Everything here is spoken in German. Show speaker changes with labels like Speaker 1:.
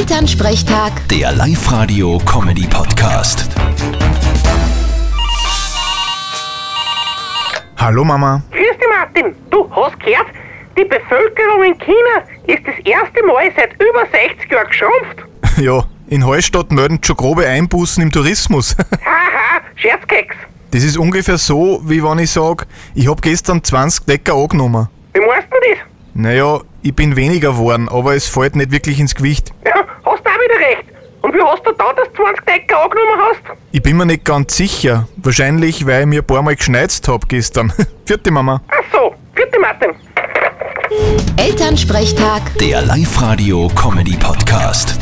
Speaker 1: Elternsprechtag,
Speaker 2: Der Live-Radio-Comedy-Podcast.
Speaker 3: Hallo Mama.
Speaker 4: Grüß dich, Martin. Du hast gehört, die Bevölkerung in China ist das erste Mal seit über 60 Jahren geschrumpft.
Speaker 3: Ja, in Hallstatt melden schon grobe Einbußen im Tourismus.
Speaker 4: Haha, Scherzkeks.
Speaker 3: Das ist ungefähr so, wie wenn ich sage, ich hab gestern 20 Decker angenommen.
Speaker 4: Wie meinst du denn
Speaker 3: Naja, ich bin weniger geworden, aber es fällt nicht wirklich ins Gewicht.
Speaker 4: das? Ja, hast da wieder recht. Und wie hast du da das 20 Decker angenommen hast?
Speaker 3: Ich bin mir nicht ganz sicher. Wahrscheinlich, weil ich mir ein paar Mal geschneizt hab gestern. Vierte Mama.
Speaker 4: Ach so, vierte Martin.
Speaker 1: Elternsprechtag.
Speaker 2: Der Live-Radio-Comedy-Podcast.